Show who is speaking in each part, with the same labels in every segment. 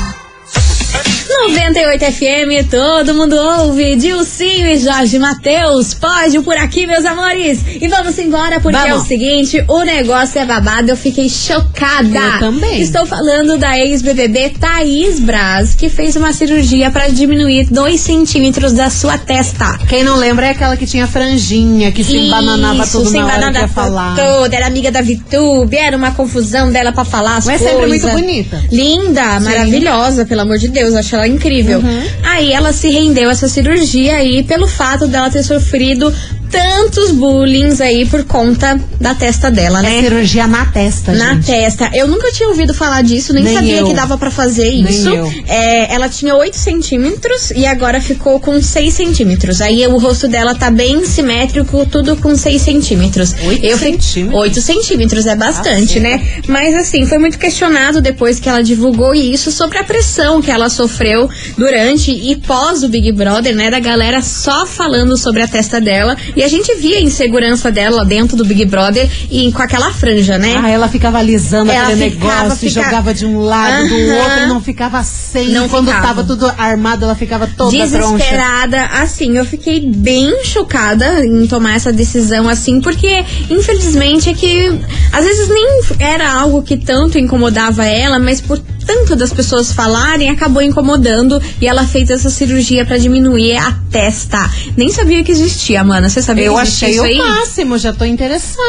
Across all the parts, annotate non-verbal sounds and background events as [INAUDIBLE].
Speaker 1: 98 FM, todo mundo ouve. Dilcinho e Jorge Matheus, pode por aqui, meus amores. E vamos embora, porque é o
Speaker 2: Vamos.
Speaker 1: seguinte: o negócio é babado. Eu fiquei chocada.
Speaker 2: Eu também.
Speaker 1: Estou falando da ex-BBB Thaís Braz, que fez uma cirurgia para diminuir 2 centímetros da sua testa.
Speaker 2: Quem não lembra é aquela que tinha franjinha, que se embananava
Speaker 1: Isso,
Speaker 2: tudo
Speaker 1: sem
Speaker 2: na hora que
Speaker 1: banana
Speaker 2: ia falar.
Speaker 1: toda, era amiga da Vitube, era uma confusão dela pra falar as
Speaker 2: Mas
Speaker 1: coisas.
Speaker 2: sempre é muito bonita.
Speaker 1: Linda, maravilhosa, pelo amor de Deus, eu acho ela incrível.
Speaker 2: Uhum.
Speaker 1: Aí ela se rendeu a essa cirurgia aí pelo fato dela ter sofrido tantos bullings aí por conta da testa dela,
Speaker 2: É
Speaker 1: né?
Speaker 2: cirurgia na testa,
Speaker 1: Na
Speaker 2: gente.
Speaker 1: testa. Eu nunca tinha ouvido falar disso, nem,
Speaker 2: Nem
Speaker 1: sabia
Speaker 2: eu.
Speaker 1: que dava pra fazer isso.
Speaker 2: eu.
Speaker 1: É, ela tinha 8 centímetros e agora ficou com 6 centímetros. Aí o rosto dela tá bem simétrico, tudo com 6 centímetros.
Speaker 2: Oito centímetros? Ah,
Speaker 1: 8 centímetros é bastante,
Speaker 2: Caceta.
Speaker 1: né? Mas assim, foi muito questionado depois que ela divulgou isso sobre a pressão que ela sofreu durante e pós o Big Brother, né? Da galera só falando sobre a testa dela. E a gente via a insegurança dela dentro do Big Brother e com aquela franja, né?
Speaker 2: Ah, ela ficava alisando
Speaker 1: Ela
Speaker 2: aquele
Speaker 1: ficava,
Speaker 2: negócio,
Speaker 1: fica-
Speaker 2: jogava de um lado, do
Speaker 1: Aham.
Speaker 2: outro, não ficava sem.
Speaker 1: Não
Speaker 2: Quando
Speaker 1: ficava.
Speaker 2: tava tudo armado, ela ficava toda troncha.
Speaker 1: desesperada, assim, eu fiquei bem chocada em tomar essa decisão assim, porque infelizmente é que às vezes nem era algo que tanto incomodava ela, mas por tanto das pessoas falarem, acabou incomodando e ela fez essa cirurgia pra diminuir a testa. Nem sabia que existia, mana. Você sabia
Speaker 2: Eu
Speaker 1: que existia
Speaker 2: achei
Speaker 1: isso aí?
Speaker 2: o máximo, já tô interessada.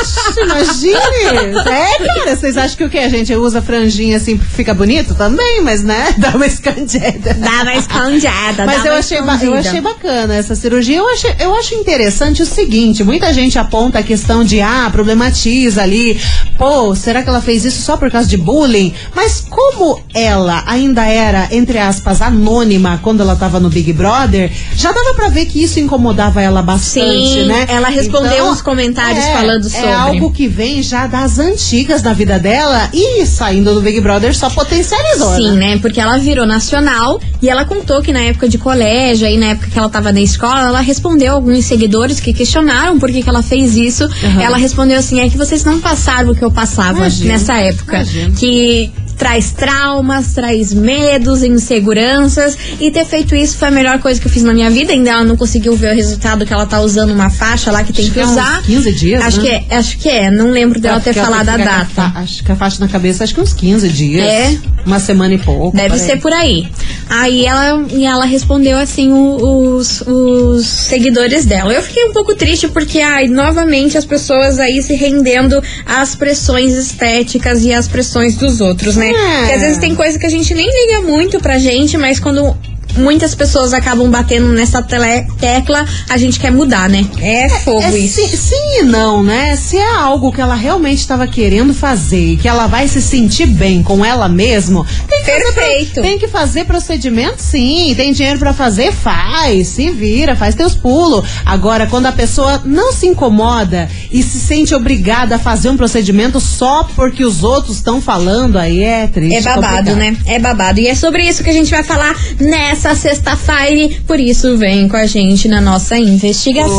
Speaker 2: Oxe, Imagine! É, cara, vocês acham que o que? A gente usa franjinha assim porque fica bonito? Também, mas né? [LAUGHS] Dá uma escandida.
Speaker 1: Dá uma escondiada,
Speaker 2: Mas
Speaker 1: dá
Speaker 2: eu
Speaker 1: uma
Speaker 2: achei, ba- eu
Speaker 1: escondida.
Speaker 2: achei bacana essa cirurgia. Eu, achei, eu acho interessante o seguinte: muita gente aponta a questão de, ah, problematiza ali. Pô, será que ela fez isso só por causa de bullying? bem. Mas como ela ainda era, entre aspas, anônima quando ela tava no Big Brother, já dava pra ver que isso incomodava ela bastante,
Speaker 1: Sim,
Speaker 2: né?
Speaker 1: ela respondeu uns comentários falando sobre.
Speaker 2: É algo que vem já das antigas da vida dela e saindo do Big Brother só potencializou.
Speaker 1: Sim,
Speaker 2: né?
Speaker 1: né? Porque ela virou nacional e ela contou que na época de colégio, aí na época que ela tava na escola, ela respondeu alguns seguidores que questionaram por que, que ela fez isso. Ela respondeu assim: é que vocês não passaram o que eu passava
Speaker 2: Imagino,
Speaker 1: nessa época.
Speaker 2: imagino.
Speaker 1: Que traz traumas, traz medos, inseguranças e ter feito isso foi a melhor coisa que eu fiz na minha vida. Ainda ela não conseguiu ver o resultado que ela tá usando uma faixa lá que tem
Speaker 2: Acho
Speaker 1: que
Speaker 2: que é uns
Speaker 1: usar.
Speaker 2: 15 dias,
Speaker 1: Acho
Speaker 2: né?
Speaker 1: que é, acho que é. Não lembro dela ter
Speaker 2: Porque ela
Speaker 1: falado a
Speaker 2: fica com
Speaker 1: data.
Speaker 2: fa- Acho que a faixa na cabeça, acho que uns 15 dias.
Speaker 1: É.
Speaker 2: Uma semana e pouco.
Speaker 1: Deve
Speaker 2: por aí.
Speaker 1: ser por aí. Aí ela, e ela respondeu assim o- os, os seguidores dela. Eu fiquei um pouco triste porque, ai, novamente as pessoas aí se rendendo às pressões estéticas e às pressões dos outros, né?
Speaker 2: É.
Speaker 1: Porque às vezes tem coisa que a gente nem liga muito pra gente, mas quando muitas pessoas acabam batendo nessa tele- tecla, a gente quer mudar, né? É fogo
Speaker 2: É
Speaker 1: isso.
Speaker 2: sim, sim e não, né? Se é algo que ela realmente estava querendo fazer e que ela vai se sentir bem com ela mesmo, tem que fazer
Speaker 1: Perfeito.
Speaker 2: pro- tem que fazer procedimento, sim. Tem dinheiro pra fazer, faz, se vira, faz teus pulos. Agora, quando a pessoa não se incomoda e se sente obrigada a fazer um procedimento só porque os outros estão falando, aí é triste.
Speaker 1: É babado,
Speaker 2: complicado.
Speaker 1: né? É babado. E é sobre isso que a gente vai falar nessa sexta-feira. Por isso, vem com a gente na nossa investigação.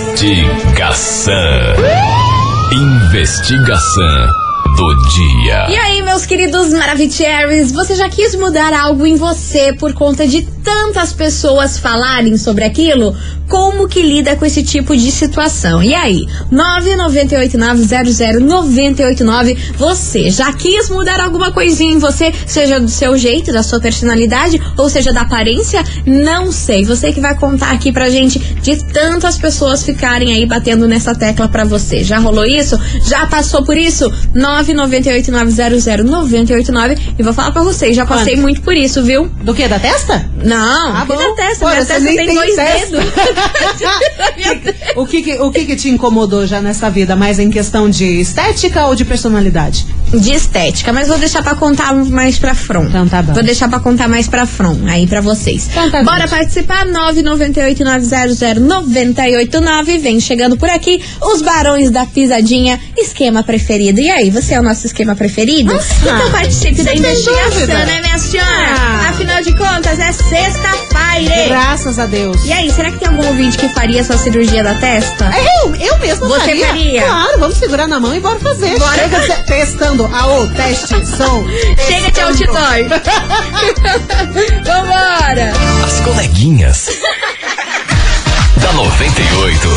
Speaker 3: Investigação. Investigação do
Speaker 1: E
Speaker 3: dia.
Speaker 1: aí, meus queridos Maravicheries, você já quis mudar algo em você por conta de tantas pessoas falarem sobre aquilo? Como que lida com esse tipo de situação? E aí, 998900989, você já quis mudar alguma coisinha em você, seja do seu jeito, da sua personalidade, ou seja da aparência? Não sei. Você que vai contar aqui pra gente de tantas pessoas ficarem aí batendo nessa tecla pra você. Já rolou isso? Já passou por isso? 998900989 e vou falar pra vocês, já passei
Speaker 2: Quanto?
Speaker 1: muito por isso, viu?
Speaker 2: Do que? Da testa?
Speaker 1: Não,
Speaker 2: Ah,
Speaker 1: que
Speaker 2: bom.
Speaker 1: minha testa,
Speaker 2: Pô,
Speaker 1: minha
Speaker 2: você
Speaker 1: testa
Speaker 2: nem
Speaker 1: tem,
Speaker 2: tem
Speaker 1: dois
Speaker 2: testa.
Speaker 1: dedos.
Speaker 2: [LAUGHS] O que, que- o que, que te incomodou já nessa vida? Mais em questão de estética ou de personalidade?
Speaker 1: de estética, mas vou deixar pra contar mais pra front.
Speaker 2: Então tá bom.
Speaker 1: Vou deixar pra contar mais pra front aí pra vocês.
Speaker 2: Então tá
Speaker 1: Bora
Speaker 2: bom.
Speaker 1: participar 998900989. Vem chegando por aqui os barões da pisadinha, esquema preferido. E aí, você é o nosso esquema preferido? Então participe da
Speaker 2: tem
Speaker 1: investigação,
Speaker 2: dúvida?
Speaker 1: né, minha senhora?
Speaker 2: Ah.
Speaker 1: Afinal de contas, é sexta-feira.
Speaker 2: Graças a Deus.
Speaker 1: E aí, será que tem algum ouvinte que faria sua cirurgia da testa?
Speaker 2: É, Eu, eu mesma
Speaker 1: Você
Speaker 2: faria.
Speaker 1: faria?
Speaker 2: Claro, vamos segurar na mão e bora fazer.
Speaker 1: Bora.
Speaker 2: Chega
Speaker 1: [LAUGHS]
Speaker 2: te- testando. Aô, teste, som.
Speaker 1: Chega de auditório. [LAUGHS] Vambora!
Speaker 3: As coleguinhas. da 98.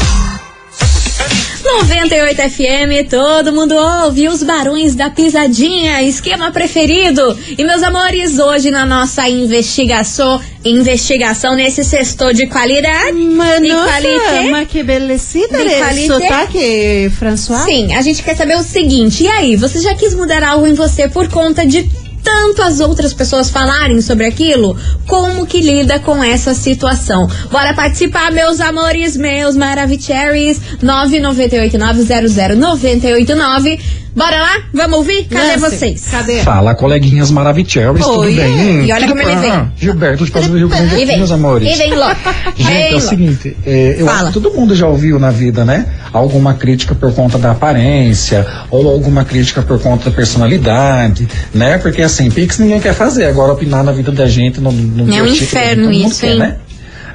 Speaker 1: 98 FM, todo mundo ouve os barões da pisadinha, esquema preferido. E meus amores, hoje na nossa investigação, investigação nesse sextor de qualidade.
Speaker 2: Mano,
Speaker 1: De qualité.
Speaker 2: mas que belecida
Speaker 1: De
Speaker 2: esse
Speaker 1: qualité.
Speaker 2: sotaque, François.
Speaker 1: Sim, a gente quer saber o seguinte: e aí, você já quis mudar algo em você por conta de tanto as outras pessoas falarem sobre aquilo? Como que lida com essa situação? Bora participar, meus amores, meus maravicheries, 998900989. Bora lá? Vamos ouvir? Cadê
Speaker 2: Lance,
Speaker 1: vocês?
Speaker 2: Cadê?
Speaker 4: Fala, coleguinhas maravilhosas, tudo
Speaker 2: Oi,
Speaker 4: bem?
Speaker 1: e olha
Speaker 4: Tudo
Speaker 1: como ele
Speaker 4: bom?
Speaker 1: vem.
Speaker 4: Gilberto de Passo do Rio Grande
Speaker 1: E
Speaker 4: aqui,
Speaker 1: vem,
Speaker 4: meus amores.
Speaker 1: e vem logo.
Speaker 4: [LAUGHS] Gente,
Speaker 1: vem
Speaker 4: é o
Speaker 1: logo.
Speaker 4: seguinte, é, eu acho
Speaker 1: Fala.
Speaker 4: que todo mundo já ouviu na vida, né? Alguma crítica por conta da aparência, ou alguma crítica por conta da personalidade, né? Porque assim, Pix ninguém quer fazer. Agora opinar na vida da gente no, no
Speaker 1: É um
Speaker 4: dia a dia,
Speaker 1: inferno
Speaker 4: todo mundo né?
Speaker 1: isso, hein? Hum.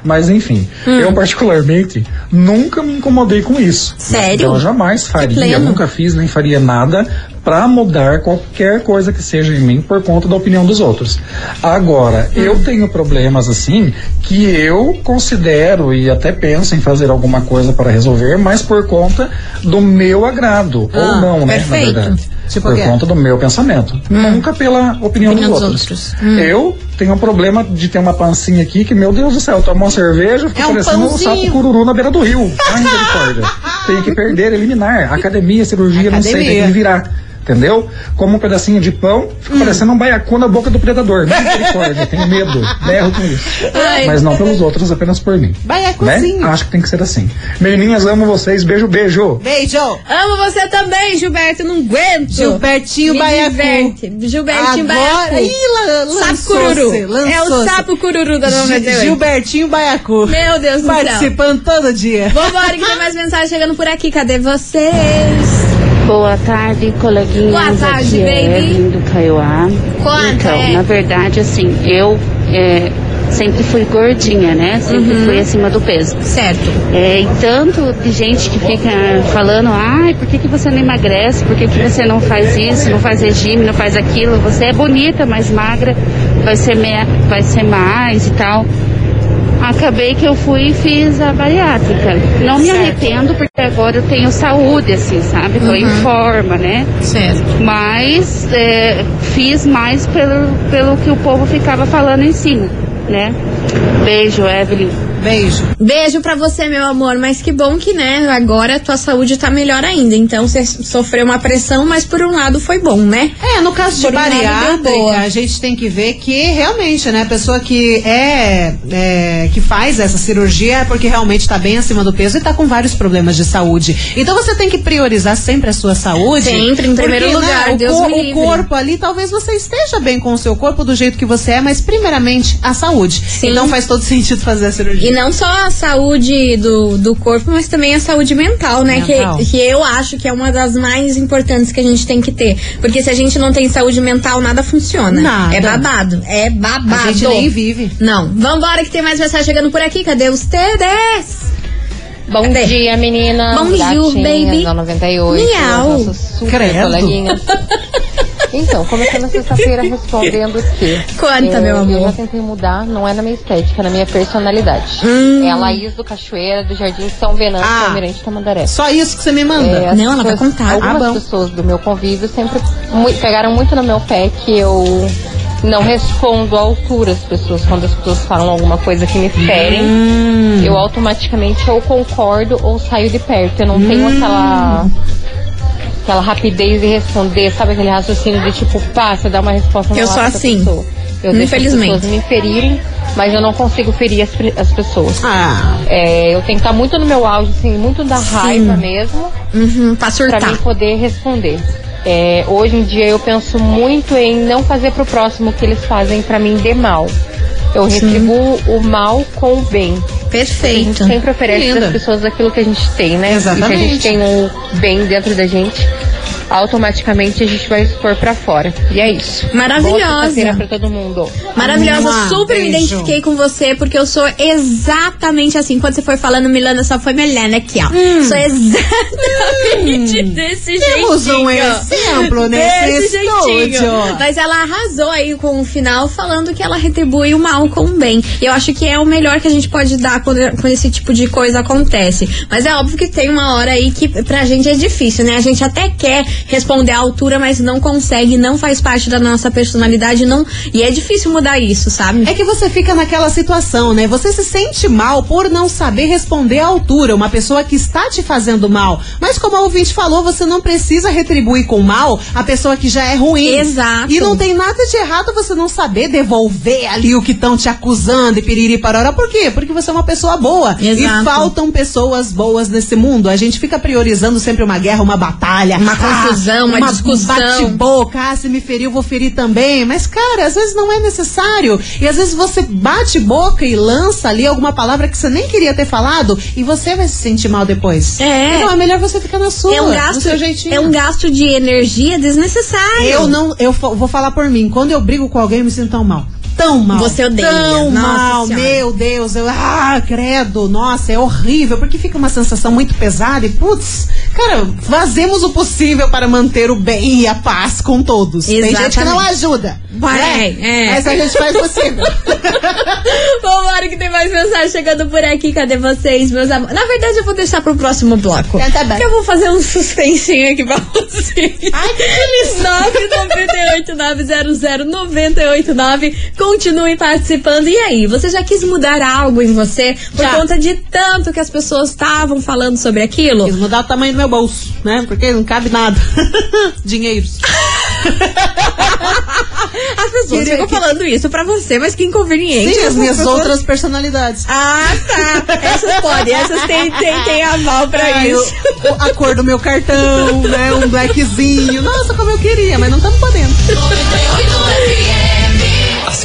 Speaker 4: Mas enfim, eu particularmente nunca me incomodei com isso.
Speaker 1: Sério?
Speaker 4: Eu jamais faria,
Speaker 1: pleno.
Speaker 4: nunca fiz, nem faria nada pra mudar qualquer coisa que seja em mim por conta da opinião dos outros. Agora,
Speaker 1: Hum.
Speaker 4: eu tenho problemas assim que eu considero e até penso em fazer alguma coisa para resolver, mas por conta do meu agrado.
Speaker 1: Ah,
Speaker 4: ou não, né?
Speaker 1: perfeito.
Speaker 4: Na verdade.
Speaker 2: Tipo o
Speaker 4: por
Speaker 2: quê? Hum.
Speaker 4: conta do meu pensamento. Nunca pela opinião,
Speaker 1: Opinião
Speaker 4: dos
Speaker 1: dos
Speaker 4: outros.
Speaker 1: outros.
Speaker 4: Eu tenho um problema de ter uma pancinha aqui que, meu Deus do céu, tomar uma cerveja, fica
Speaker 2: É um
Speaker 4: parecendo um sapo
Speaker 2: pãozinho.
Speaker 4: cururu na beira do rio. Ai, misericórdia. Tem que perder, eliminar. Academia, cirurgia, não sei, tem
Speaker 2: Academia. Hum.
Speaker 4: que virar. entendeu? Como um pedacinho de pão, fica parecendo um baiacu na boca do
Speaker 2: [LAUGHS]
Speaker 4: predador. Misericórdia, tenho medo, berro com isso.
Speaker 1: Ai.
Speaker 4: Mas não pelos outros, apenas por mim.
Speaker 2: Baiacuzinho.
Speaker 4: Acho que tem que ser assim. Menininhas, amo vocês. Beijo, beijo.
Speaker 2: Beijo!
Speaker 1: Amo você também, Gilberto, não aguento.
Speaker 2: Gilbertinho
Speaker 1: Me
Speaker 2: Baiacu.
Speaker 1: diverte. Gilbertinho
Speaker 2: Agora,
Speaker 1: Baiacu.
Speaker 2: Ih, la-
Speaker 1: Sapo
Speaker 2: lançou-se,
Speaker 1: cururu. É
Speaker 2: lançou-se.
Speaker 1: o sapo cururu da 98.
Speaker 2: Gi- Gilbertinho Baiacu.
Speaker 1: Meu Deus do céu.
Speaker 2: Participando todo dia. [LAUGHS]
Speaker 1: Vambora, que tem mais mensagem chegando por aqui. Cadê vocês?
Speaker 5: Boa tarde, é coleguinha.
Speaker 1: Boa tarde, baby.
Speaker 5: do Kaiowá.
Speaker 1: Conta,
Speaker 5: Então,
Speaker 1: é.
Speaker 5: na verdade, assim, eu é, sempre fui gordinha, né? Sempre fui acima do peso.
Speaker 1: Uhum. Certo.
Speaker 5: É, e tanto de gente que fica falando, ai, por que, que você não emagrece? Por que, que você não faz isso, não faz regime, não faz aquilo? Você é bonita, mas magra, vai ser, mea, vai ser mais e tal. Acabei que eu fui e fiz a bariátrica. Não me
Speaker 1: Certo.
Speaker 5: arrependo, porque agora eu tenho saúde, assim, sabe? Tô em forma, né?
Speaker 1: Certo.
Speaker 5: Mas é, fiz mais pelo, pelo que o povo ficava falando em cima, né? Beijo, Evelyn.
Speaker 2: Beijo.
Speaker 1: Beijo pra você, meu amor. Mas que bom que, né, agora a tua saúde tá melhor ainda. Então você sofreu uma pressão, mas por um lado foi bom, né?
Speaker 2: É, no caso de
Speaker 1: Por um lado, deu
Speaker 2: bariátrica,
Speaker 1: boa.
Speaker 2: a gente tem que ver que realmente, né, a pessoa que é, é, que faz essa cirurgia é porque realmente está bem acima do peso e está com vários problemas de saúde. Então você tem que priorizar sempre a sua saúde.
Speaker 1: Sempre, em primeiro
Speaker 2: porque,
Speaker 1: lugar,
Speaker 2: né, o,
Speaker 1: Deus
Speaker 2: cor-
Speaker 1: me
Speaker 2: o
Speaker 1: livre.
Speaker 2: corpo ali, talvez você esteja bem com o seu corpo do jeito que você é, mas primeiramente a saúde.
Speaker 1: Sim.
Speaker 2: Então faz todo [LAUGHS] sentido fazer a cirurgia.
Speaker 1: E não só a saúde do, do corpo, mas também a saúde mental, né?
Speaker 2: Mental.
Speaker 1: Que, que eu acho que é uma das mais importantes que a gente tem que ter. Porque se a gente não tem saúde mental, nada funciona.
Speaker 2: Nada.
Speaker 1: É babado. É babado.
Speaker 2: A gente nem vive.
Speaker 1: Não. Vambora que tem mais mensagem chegando por aqui. Cadê ustedes?
Speaker 6: Bom
Speaker 1: Cadê?
Speaker 6: dia, meninas.
Speaker 1: Bom dia,
Speaker 6: gatinhas
Speaker 1: baby.
Speaker 6: Da 98.
Speaker 1: Miau.
Speaker 6: as nossas super
Speaker 2: Credo.
Speaker 6: coleguinhas. Então, comecei
Speaker 1: [LAUGHS]
Speaker 6: na sexta-feira respondendo que.
Speaker 1: Conta,
Speaker 6: eu,
Speaker 1: meu amor.
Speaker 6: Eu já tentei mudar, não é na minha estética, é na minha personalidade.
Speaker 1: Hum.
Speaker 6: É a Laís do Cachoeira, do Jardim São Venâncio,
Speaker 2: Ah.
Speaker 6: Almirante Tamandaré.
Speaker 2: Só isso que você me manda.
Speaker 6: É, as
Speaker 1: Não, ela vai
Speaker 6: pessoas-
Speaker 1: contar. tá
Speaker 6: Algumas
Speaker 2: Ah, bom.
Speaker 6: pessoas do meu convívio sempre mu- pegaram muito no meu pé que eu não respondo à altura as pessoas. Quando as pessoas falam alguma coisa que me ferem,
Speaker 1: Hum.
Speaker 6: eu automaticamente ou concordo ou saio de perto. Eu não
Speaker 1: Hum.
Speaker 6: tenho aquela. Aquela rapidez de responder, sabe aquele raciocínio de tipo, pá, você dá uma resposta na
Speaker 1: Eu sou
Speaker 6: lata da
Speaker 1: assim.
Speaker 6: pessoa. Eu deixo as
Speaker 1: Infelizmente.
Speaker 6: pessoas me ferirem, mas eu não consigo ferir as, pre- as pessoas.
Speaker 2: Ah,
Speaker 6: É, eu tenho que estar muito no meu auge, assim, muito da raiva mesmo
Speaker 1: Uhum, pra
Speaker 6: pra
Speaker 1: surtar.
Speaker 6: mim poder responder. É, hoje em dia eu penso muito em não fazer pro próximo o que eles fazem pra mim de mal. Eu retribuo o mal com o bem. A gente
Speaker 1: Perfeito.
Speaker 6: sempre oferece
Speaker 2: Linda.
Speaker 6: às pessoas aquilo que a gente tem, né? E
Speaker 2: Exatamente.
Speaker 6: se a gente tem um bem dentro da gente, automaticamente a gente vai expor pra fora. E é isso.
Speaker 1: Maravilhosa.
Speaker 6: Boa sexta-feira pra todo mundo.
Speaker 1: Maravilhosa,
Speaker 2: Mua,
Speaker 1: super me
Speaker 2: beijo.
Speaker 1: identifiquei com você, porque eu sou exatamente assim. Quando você foi falando, Milana só foi me olhando aqui, ó.
Speaker 2: Hum.
Speaker 1: Sou [LAUGHS] exatamente desse
Speaker 2: temos
Speaker 1: jeitinho.
Speaker 2: um exemplo nesse
Speaker 1: Desse jeitinho.
Speaker 2: estúdio.
Speaker 1: Mas ela arrasou aí com o final, falando que ela retribui o mal com o bem. E eu acho que é o melhor que a gente pode dar quando, quando esse tipo de coisa acontece. Mas é óbvio que tem uma hora aí que pra gente é difícil, né? A gente até quer responder à altura, mas não consegue, não faz parte da nossa personalidade, não. E é difícil mudar isso, sabe?
Speaker 2: É que você fica naquela situação, né? Você se sente mal por não saber responder à altura, uma pessoa que está te fazendo mal. Mas como a ouvinte falou, você não precisa retribuir com mal a pessoa que já é ruim.
Speaker 1: Exato.
Speaker 2: E não tem nada de errado você não saber devolver ali o que estão te acusando e piriri parora. Por quê? Porque você é uma pessoa boa. E
Speaker 1: Exato.
Speaker 2: faltam pessoas boas nesse mundo. A gente fica priorizando sempre uma guerra, uma batalha. Ah,
Speaker 1: Uma confusão, uma discussão.
Speaker 2: bate boca, ah, se me feriu, vou ferir também. Mas, cara, às vezes não é necessário. E às vezes você bate boca e lança ali alguma palavra que você nem queria ter falado e você vai se sentir mal depois.
Speaker 1: É.
Speaker 2: Então é melhor você ficar na sua.
Speaker 1: É um
Speaker 2: do
Speaker 1: gasto,
Speaker 2: seu jeitinho.
Speaker 1: é um gasto de energia desnecessário.
Speaker 2: Eu não, eu fo- vou falar por mim. Quando eu brigo com alguém, eu me sinto tão mal. Tão mal.
Speaker 1: Você odeia.
Speaker 2: Tão
Speaker 1: Nossa
Speaker 2: mal,
Speaker 1: Senhora.
Speaker 2: meu Deus. Eu, ah, credo, nossa, é horrível. Porque fica uma sensação muito pesada e, putz, cara, fazemos o possível para manter o bem e a paz com todos. Tem gente que não
Speaker 1: Exatamente.
Speaker 2: ajuda.
Speaker 1: Vai,
Speaker 2: né?
Speaker 1: é.
Speaker 2: Mas a gente faz assim. o
Speaker 1: [LAUGHS]
Speaker 2: possível.
Speaker 1: Vambora que tem mais mensagem chegando por aqui. Cadê vocês, meus amores? Na verdade, eu vou deixar pro próximo bloco.
Speaker 2: Então tá bom.
Speaker 1: [LAUGHS] Que eu vou fazer um suspensinho aqui pra vocês.
Speaker 2: Ai, que delícia.
Speaker 1: 998 989 Continue participando. E aí, você já quis mudar algo em você por
Speaker 2: Já.
Speaker 1: conta de tanto que as pessoas estavam falando sobre aquilo?
Speaker 2: Quis mudar o tamanho do meu bolso, né? Porque não cabe nada. [LAUGHS] Dinheiros.
Speaker 1: As pessoas
Speaker 2: Queria
Speaker 1: ficam
Speaker 2: que-
Speaker 1: falando isso pra você, mas que inconveniente.
Speaker 2: Sim, as
Speaker 1: Essas
Speaker 2: minhas
Speaker 1: pessoas-
Speaker 2: outras personalidades.
Speaker 1: Ah, tá. Essas podem, essas têm, têm, têm aval pra
Speaker 2: Ah, eu-
Speaker 1: isso.
Speaker 2: o- a cor do meu cartão, né? Um blackzinho. Nossa, como eu queria, mas não estamos podendo.
Speaker 1: [LAUGHS]
Speaker 3: As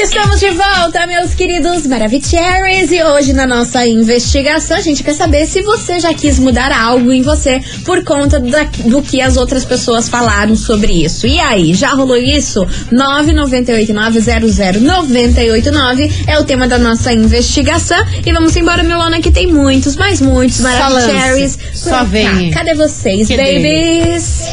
Speaker 1: Estamos de volta, meus queridos Maravicheries. E hoje, na nossa investigação, a gente quer saber se você já quis mudar algo em você por conta da- do que as outras pessoas falaram sobre isso. E aí, já rolou isso? 998900989 é o tema da nossa investigação. E vamos embora, Milona, que tem muitos, mas muitos Maravicheries. Tá,
Speaker 2: Só vem.
Speaker 1: Cadê vocês,
Speaker 2: Que
Speaker 1: babies?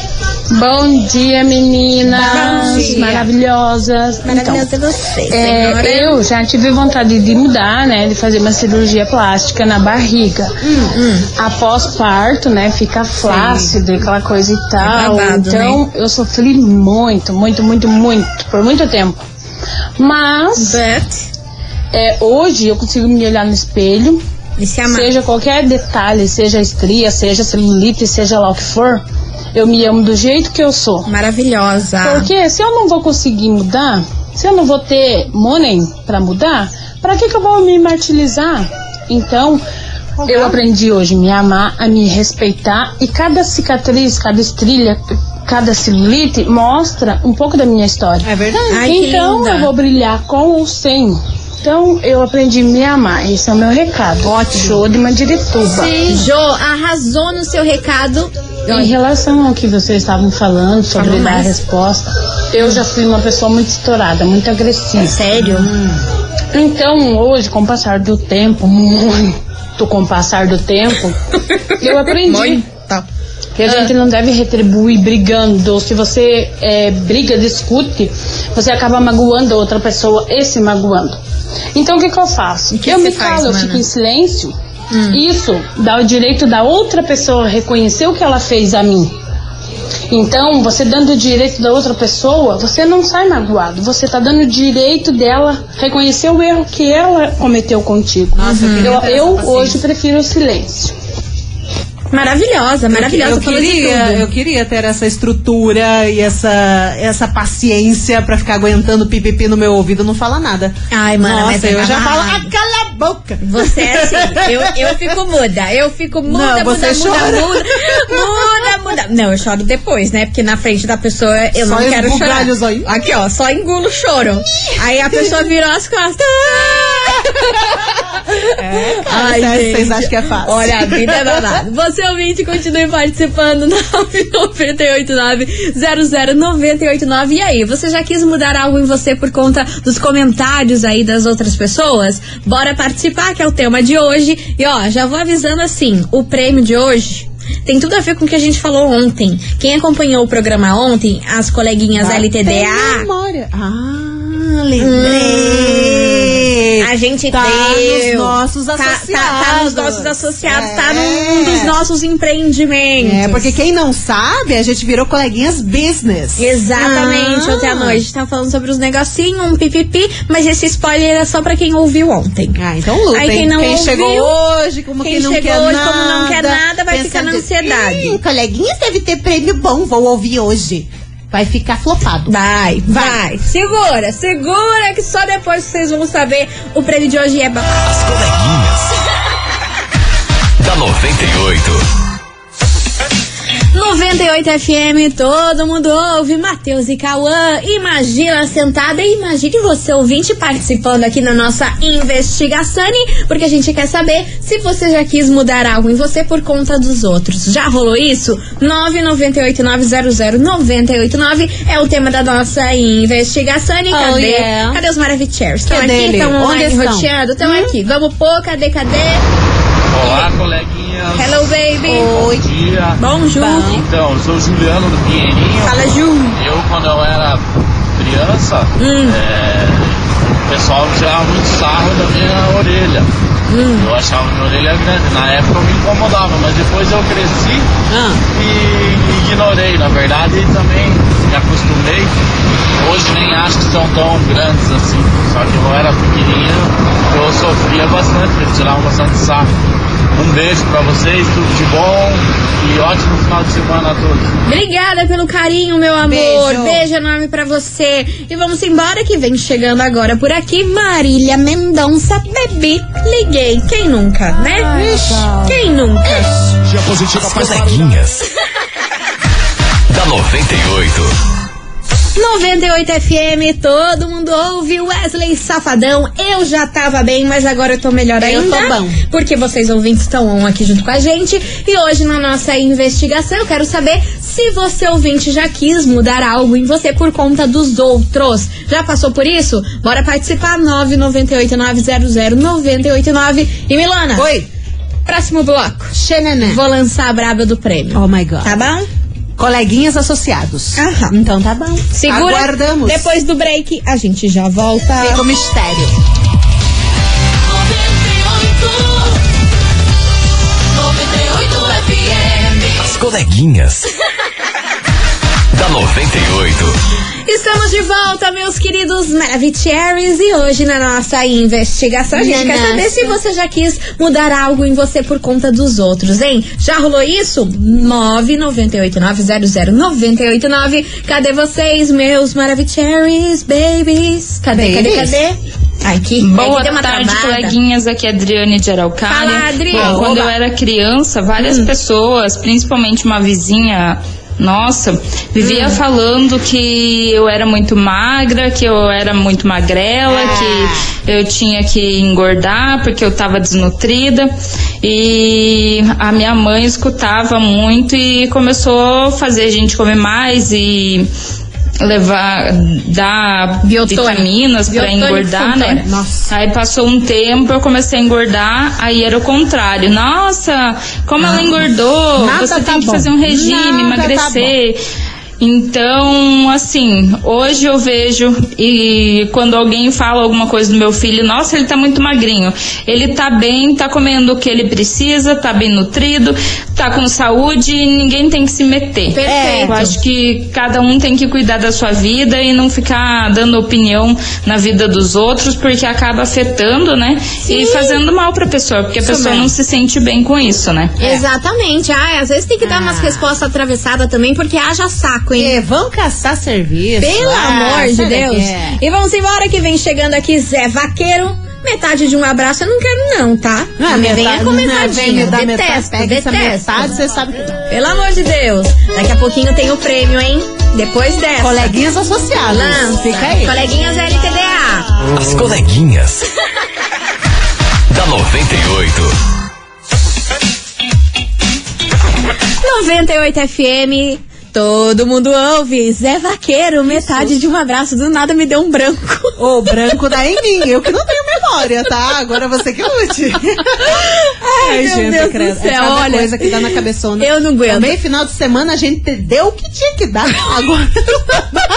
Speaker 5: Bom dia, meninas
Speaker 1: Bom dia.
Speaker 5: maravilhosas.
Speaker 1: Maravilhosa é você,
Speaker 5: É,
Speaker 1: senhora.
Speaker 5: eu já tive vontade de mudar, né? De fazer uma cirurgia plástica na barriga.
Speaker 1: Hum,
Speaker 5: Após parto, né? Fica flácido, aquela coisa e tal.
Speaker 1: É babado, né?
Speaker 5: então, eu sofri muito, muito, muito, muito, por muito tempo. Mas
Speaker 1: But,
Speaker 5: é, hoje eu consigo me olhar no espelho,
Speaker 1: e se amar.
Speaker 5: seja qualquer detalhe, seja estria, seja celulite, seja lá o que for, eu me amo do jeito que eu sou.
Speaker 1: Maravilhosa.
Speaker 5: Porque se eu não vou conseguir mudar, se eu não vou ter money pra mudar, pra que que eu vou me martirizar? Então, eu aprendi hoje a me amar, a me respeitar e cada cicatriz, cada estrilha, cada celulite mostra um pouco da minha história.
Speaker 2: É verdade.
Speaker 1: Ai, que
Speaker 5: então
Speaker 1: linda.
Speaker 5: eu vou brilhar com ou sem. Então eu aprendi a me amar, esse é o meu recado. Ótimo. Show de Mandirituba.
Speaker 1: Jo, arrasou no seu recado.
Speaker 5: Em relação ao que vocês estavam falando sobre
Speaker 1: Falou
Speaker 5: dar
Speaker 1: mais.
Speaker 5: a resposta, eu já fui uma pessoa muito estourada, muito agressiva.
Speaker 1: É Sério?
Speaker 5: Então, hoje, com o passar do tempo, muito com o passar do
Speaker 1: [LAUGHS]
Speaker 5: tempo, eu aprendi
Speaker 1: tá.
Speaker 5: que a gente não deve retribuir brigando. Se você é, briga, discute, você acaba magoando a outra pessoa e se magoando. Então, o que, que eu faço?
Speaker 1: que
Speaker 5: eu
Speaker 1: você
Speaker 5: me
Speaker 1: faz,
Speaker 5: calo, eu
Speaker 1: mana? Hum.
Speaker 5: fico em silêncio. Isso dá o direito da outra pessoa reconhecer o que ela fez a mim. Então, você dando o direito da outra pessoa, você não sai magoado. Você tá dando o direito dela reconhecer o erro que ela cometeu contigo. eu eu hoje prefiro o silêncio.
Speaker 1: Maravilhosa, maravilhosa.
Speaker 2: Eu
Speaker 1: falou de
Speaker 2: queria,
Speaker 1: tudo.
Speaker 2: eu queria ter essa estrutura e essa, essa paciência pra ficar aguentando pipipi no meu ouvido não fala nada.
Speaker 1: Ai, mana, mas
Speaker 2: Nossa,
Speaker 1: é
Speaker 2: eu já falo,
Speaker 1: babado.
Speaker 2: ah, cala a boca.
Speaker 1: Você é assim,
Speaker 2: [LAUGHS]
Speaker 1: eu, eu fico muda, eu fico muda,
Speaker 2: Não, você
Speaker 1: muda,
Speaker 2: chora.
Speaker 1: muda, muda, muda, muda. Não, eu choro depois, né? Porque na frente da pessoa eu
Speaker 2: Só
Speaker 1: não quero chorar.
Speaker 2: esbugalha os olhos.
Speaker 1: Aqui, ó, só engulo o choro. Aí a pessoa virou as
Speaker 2: [LAUGHS]
Speaker 1: costas. Ai,
Speaker 2: Vocês-
Speaker 1: gente.
Speaker 2: vocês acham que é fácil?
Speaker 1: Olha, a vida é
Speaker 2: [LAUGHS]
Speaker 1: babada. Você ouvinte, continue participando. [LAUGHS] 989-00989. E aí, você já quis mudar algo em você por conta dos comentários aí das outras pessoas? Bora participar, que é o tema de hoje. E ó, já vou avisando assim: o prêmio de hoje. Tem tudo a ver com o que a gente falou ontem. Quem acompanhou o programa ontem, as coleguinhas
Speaker 2: Ah, Tem um
Speaker 1: LTDA,
Speaker 2: memória. Ah, lembrei.
Speaker 1: Hum, A gente
Speaker 2: tá
Speaker 1: deu.
Speaker 2: nos nossos
Speaker 1: Tá-
Speaker 2: associados.
Speaker 1: Tá, tá nos nossos associados,
Speaker 2: É.
Speaker 1: tá num dos nossos empreendimentos.
Speaker 2: É, porque quem não sabe, a gente virou coleguinhas business.
Speaker 1: Exatamente,
Speaker 2: Ah.
Speaker 1: ontem à noite a gente tava falando sobre os negocinhos, um pipipi, mas esse spoiler é só pra quem ouviu ontem.
Speaker 2: Ah, então lutem.
Speaker 1: Aí quem não ouviu,
Speaker 2: chegou hoje, como
Speaker 1: quem
Speaker 2: quem, não
Speaker 1: chegou
Speaker 2: quer
Speaker 1: hoje,
Speaker 2: nada,
Speaker 1: como não quer nada, vai ficar na
Speaker 2: pensando,
Speaker 1: ansiedade.
Speaker 2: Hum, coleguinhas deve ter prêmio bom, vou ouvir hoje. Vai ficar flopado.
Speaker 1: Vai, vai, segura, segura que só depois vocês vão saber o prêmio de hoje é bom.
Speaker 3: As coleguinhas. da 98.
Speaker 1: 98 FM, todo mundo ouve, Matheus e Cauã. Imagina sentada e imagine você ouvinte participando aqui na nossa investigação, porque a gente quer saber se você já quis mudar algo em você por conta dos outros. Já rolou isso? 998900989 é o tema da nossa investigação. E
Speaker 2: Oh,
Speaker 1: cadê?
Speaker 2: yeah.
Speaker 1: Cadê os Maravichers? Estão
Speaker 2: Cadê
Speaker 1: aqui,
Speaker 2: ele?
Speaker 1: estão
Speaker 2: Onde
Speaker 1: online
Speaker 2: estão? Hum?
Speaker 1: roteando, estão aqui. Vamos pôr, cadê, cadê?
Speaker 7: Olá, coleguinhas.
Speaker 1: Hello, baby.
Speaker 7: Bom dia.
Speaker 1: Bom, Ju.
Speaker 7: Então, eu sou o Juliano do Pinheirinho.
Speaker 1: Fala, Ju. Hum.
Speaker 7: Eu, quando eu era criança, é, o pessoal tirava muito sarro da minha orelha. Eu achava minha orelha grande. Na época eu me incomodava, mas depois eu cresci
Speaker 2: Ah,
Speaker 7: e ignorei, na verdade, e também me acostumei. Hoje nem acho que são tão grandes assim. Só que eu era pequenininho, eu sofria bastante, eles tiravam bastante saco. Um beijo pra vocês, tudo de bom e ótimo final de semana a todos.
Speaker 1: Obrigada pelo carinho, meu amor.
Speaker 2: Beijo.
Speaker 1: Beijo, enorme pra você. E vamos embora que vem chegando agora por aqui Marília Mendonça, bebê. Liguei. Quem nunca, né? Quem nunca?
Speaker 3: As coleguinhas. da 98.
Speaker 1: 98 FM, todo mundo ouve Wesley Safadão. Eu já tava bem, mas agora eu tô melhor
Speaker 2: Eu
Speaker 1: ainda.
Speaker 2: tô bom.
Speaker 1: Porque vocês ouvintes estão on aqui junto com a gente. E hoje na nossa investigação eu quero saber se você ouvinte já quis mudar algo em você por conta dos outros. Já passou por isso? Bora participar 998900989 e Milana.
Speaker 2: Oi.
Speaker 1: Próximo bloco.
Speaker 2: Xenana.
Speaker 1: Vou lançar a braba do prêmio.
Speaker 2: Oh my God.
Speaker 1: Tá bom?
Speaker 2: Coleguinhas associados.
Speaker 1: Aham.
Speaker 2: Então tá bom.
Speaker 1: Segura.
Speaker 2: Aguardamos.
Speaker 1: Depois do break a gente já volta.
Speaker 2: Fica o mistério.
Speaker 5: 98 FM.
Speaker 3: As coleguinhas. da 98.
Speaker 1: Estamos de volta, meus queridos Maravicheries, e hoje na nossa investigação a gente quer
Speaker 2: Nanassa.
Speaker 1: saber se você já quis mudar algo em você por conta dos outros, hein? Já rolou isso? 998900989. Cadê vocês, meus Maravicheries, babies? Cadê, cadê,
Speaker 2: Babies?
Speaker 1: cadê? Ai, que é que
Speaker 8: Boa
Speaker 1: deu uma
Speaker 8: tarde,
Speaker 1: travada.
Speaker 8: coleguinhas. Aqui é Adriane de Araucária.
Speaker 1: Fala, Adri. Hum.
Speaker 8: Bom, quando eu era criança, várias pessoas, principalmente uma vizinha nossa,
Speaker 1: Hum.
Speaker 8: vivia falando que eu era muito magra, que eu era muito magrela,
Speaker 1: Ah.
Speaker 8: que eu tinha que engordar porque eu tava desnutrida. E a minha mãe escutava muito e começou a fazer a gente comer mais e levar dar
Speaker 1: Biotônico.
Speaker 8: vitaminas para
Speaker 1: Biotônico
Speaker 8: engordar, né?
Speaker 1: Fontoura. Nossa.
Speaker 8: Aí passou um tempo, eu comecei a engordar, aí era o contrário. Nossa, como ela engordou!
Speaker 2: Nada
Speaker 8: Você
Speaker 2: tá
Speaker 8: tem que
Speaker 2: bom.
Speaker 8: fazer um regime,
Speaker 2: Nada tá
Speaker 8: emagrecer. então, assim, hoje eu vejo e quando alguém fala alguma coisa do meu filho, nossa, ele tá muito magrinho. Ele tá bem, tá comendo o que ele precisa, tá bem nutrido, tá com saúde e ninguém tem que se meter.
Speaker 1: Perfeito.
Speaker 8: Eu acho que cada um tem que cuidar da sua vida e não ficar dando opinião na vida dos outros, porque acaba afetando, né? E fazendo mal pra pessoa, porque a pessoa
Speaker 1: mesmo.
Speaker 8: não se sente bem com isso, né?
Speaker 2: É.
Speaker 1: Exatamente. Ah, às vezes tem que dar umas respostas atravessadas também, porque haja saco, hein?
Speaker 2: É, vão caçar serviço.
Speaker 1: Pelo
Speaker 2: Ah,
Speaker 1: amor de
Speaker 2: sabe
Speaker 1: Deus.
Speaker 2: que é.
Speaker 1: E vamos embora que vem chegando aqui Zé Vaqueiro. Metade de um abraço eu não quero não, tá?
Speaker 2: Não,
Speaker 1: Não me
Speaker 2: metade-
Speaker 1: venha com
Speaker 2: não, vem
Speaker 1: metadinha.
Speaker 2: me dar metade,
Speaker 1: Detesto,
Speaker 2: pega essa
Speaker 1: detesto.
Speaker 2: metade, você sabe que não.
Speaker 1: Pelo amor de Deus. Daqui a pouquinho tem o prêmio, hein? Depois dessa.
Speaker 2: Coleguinhas associadas.
Speaker 1: Lança.
Speaker 2: Fica aí.
Speaker 1: Coleguinhas LTDA.
Speaker 3: As coleguinhas. da 98.
Speaker 1: 98 FM. Todo mundo ouve. Zé Vaqueiro, metade de um abraço. Do nada me deu um branco.
Speaker 2: O branco dá em mim. Eu que não tenho memória, tá? Agora você que
Speaker 1: [LAUGHS]
Speaker 2: lute. Ai,
Speaker 1: meu Deus do
Speaker 2: credo.
Speaker 1: céu,
Speaker 2: é cada
Speaker 1: olha.
Speaker 2: coisa que dá na cabeçona.
Speaker 1: Eu não aguento.
Speaker 2: Também, final de semana, a gente deu o que tinha que dar.
Speaker 1: [LAUGHS]
Speaker 2: Agora não dá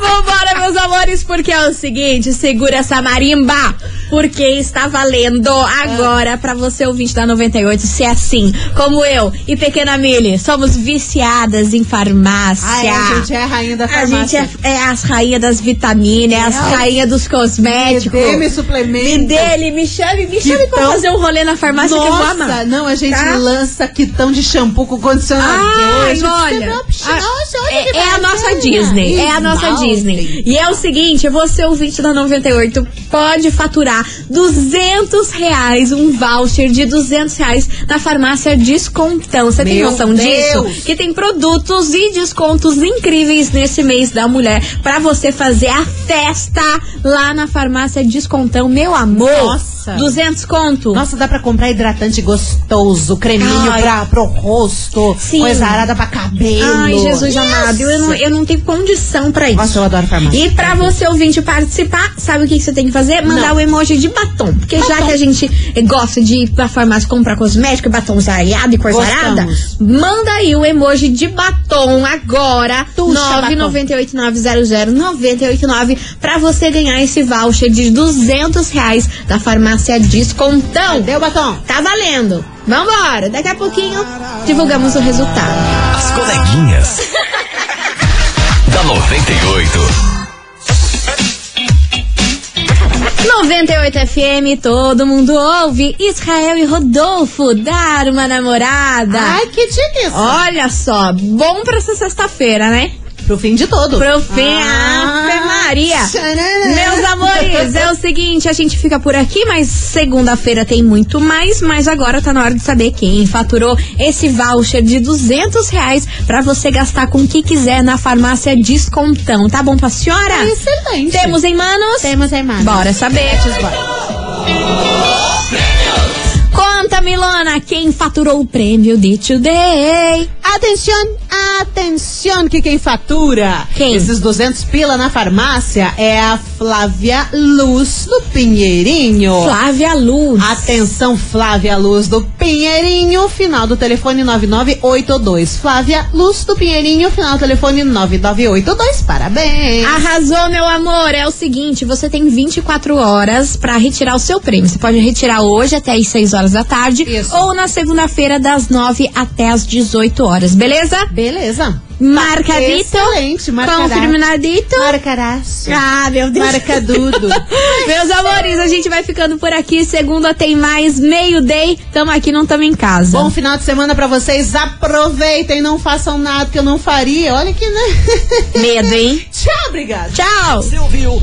Speaker 1: Vambora, meus amores, porque é o seguinte, segura essa marimba, porque está valendo agora pra você ouvinte da 98, se é assim, como eu e Pequena Mili, somos viciadas em farmácia.
Speaker 2: Ai, a gente é a rainha da
Speaker 1: A gente
Speaker 2: farmácia.
Speaker 1: é, é as rainhas das vitaminas, é as rainhas dos cosméticos.
Speaker 2: Me dê, me suplemento.
Speaker 1: Me dê, ele me chame, me chame pra
Speaker 2: Então-
Speaker 1: fazer um rolê na farmácia que eu vou
Speaker 2: Nossa,
Speaker 1: amar.
Speaker 2: não, a gente
Speaker 1: Tá?
Speaker 2: lança quitão de shampoo com condicionador. a
Speaker 1: Ai,
Speaker 2: gente
Speaker 1: olha.
Speaker 2: se-
Speaker 1: a-
Speaker 2: Nossa, olha que
Speaker 1: é, é a
Speaker 2: bacana.
Speaker 1: nossa Disney. É a nossa
Speaker 2: Esmalte.
Speaker 1: Disney. E é o seguinte: você, ouvinte da 98, pode faturar 200 reais, um voucher de 200 reais na farmácia Descontão. Você tem
Speaker 2: Meu
Speaker 1: noção
Speaker 2: Deus.
Speaker 1: disso? Que tem produtos e descontos incríveis nesse mês da mulher pra você fazer a festa lá na farmácia Descontão. Meu amor!
Speaker 2: Nossa.
Speaker 1: 200 conto?
Speaker 2: Nossa, dá pra comprar hidratante gostoso, creminho
Speaker 1: Ai.
Speaker 2: pra, pro rosto,
Speaker 1: Sim.
Speaker 2: coisa arada pra cabelo.
Speaker 1: Ai, Jesus amado, eu não, eu não tenho condição pra isso.
Speaker 2: Nossa, eu adoro farmácia.
Speaker 1: E pra você ouvinte participar, sabe o que, que você tem que fazer? Mandar
Speaker 2: Não.
Speaker 1: o monte de batom. Porque já que a gente gosta de ir pra farmácia comprar cosmético, batom zaiado e coisa
Speaker 2: Gostamos.
Speaker 1: arada, manda aí o emoji de batom agora.
Speaker 2: Tuxa
Speaker 1: 998900989 pra você ganhar esse voucher de 200 reais da farmácia Descontão.
Speaker 2: Deu batom.
Speaker 1: Tá valendo. Vambora, daqui a pouquinho divulgamos o resultado.
Speaker 3: As coleguinhas. da 98.
Speaker 1: 98 FM, todo mundo ouve. Israel e Rodolfo, dar uma namorada.
Speaker 2: Ai, que delícia.
Speaker 1: Olha só, bom pra essa sexta-feira, né?
Speaker 2: Pro fim de todo.
Speaker 1: Pro fim,
Speaker 2: Ah.
Speaker 1: Ave Maria.
Speaker 2: Tcharará.
Speaker 1: Meus amores, é o seguinte, a gente fica por aqui, mas segunda-feira tem muito mais, mas agora tá na hora de saber quem faturou esse voucher de 200 reais pra você gastar com o que quiser na farmácia Descontão. Tá bom pra senhora?
Speaker 2: Excelente.
Speaker 1: Temos em manos?
Speaker 2: Temos aí, mano.
Speaker 1: Bora saber. Conta, Milona, quem faturou o prêmio de Today?
Speaker 2: Atenção, atenção, que quem fatura
Speaker 1: Quem?
Speaker 2: esses 200 pila na farmácia é a Flávia Luz do Pinheirinho.
Speaker 1: Flávia Luz.
Speaker 2: Atenção, Flávia Luz do Pinheirinho, final do telefone 9982. Flávia Luz do Pinheirinho, final do telefone 9982. Parabéns.
Speaker 1: Arrasou, meu amor. É o seguinte, você tem 24 horas pra retirar o seu prêmio. Você pode retirar hoje até as 6 horas da tarde
Speaker 2: Isso.
Speaker 1: ou na segunda-feira das 9 até as 18 horas, beleza?
Speaker 2: Beleza.
Speaker 1: Marcadito.
Speaker 2: Excelente, marcará.
Speaker 1: Confirmadito.
Speaker 2: Marcarás.
Speaker 1: Ah, meu Deus.
Speaker 2: Marcadudo.
Speaker 1: [LAUGHS] Meus amores, a gente vai ficando por aqui. Segunda tem mais meio day. Tamo aqui, não tamo em casa.
Speaker 2: Bom final de semana pra vocês. Aproveitem, não façam nada que eu não faria. Olha que né?
Speaker 1: medo, hein?
Speaker 2: [LAUGHS] Tchau, obrigada.
Speaker 1: Tchau.
Speaker 3: Você ouviu?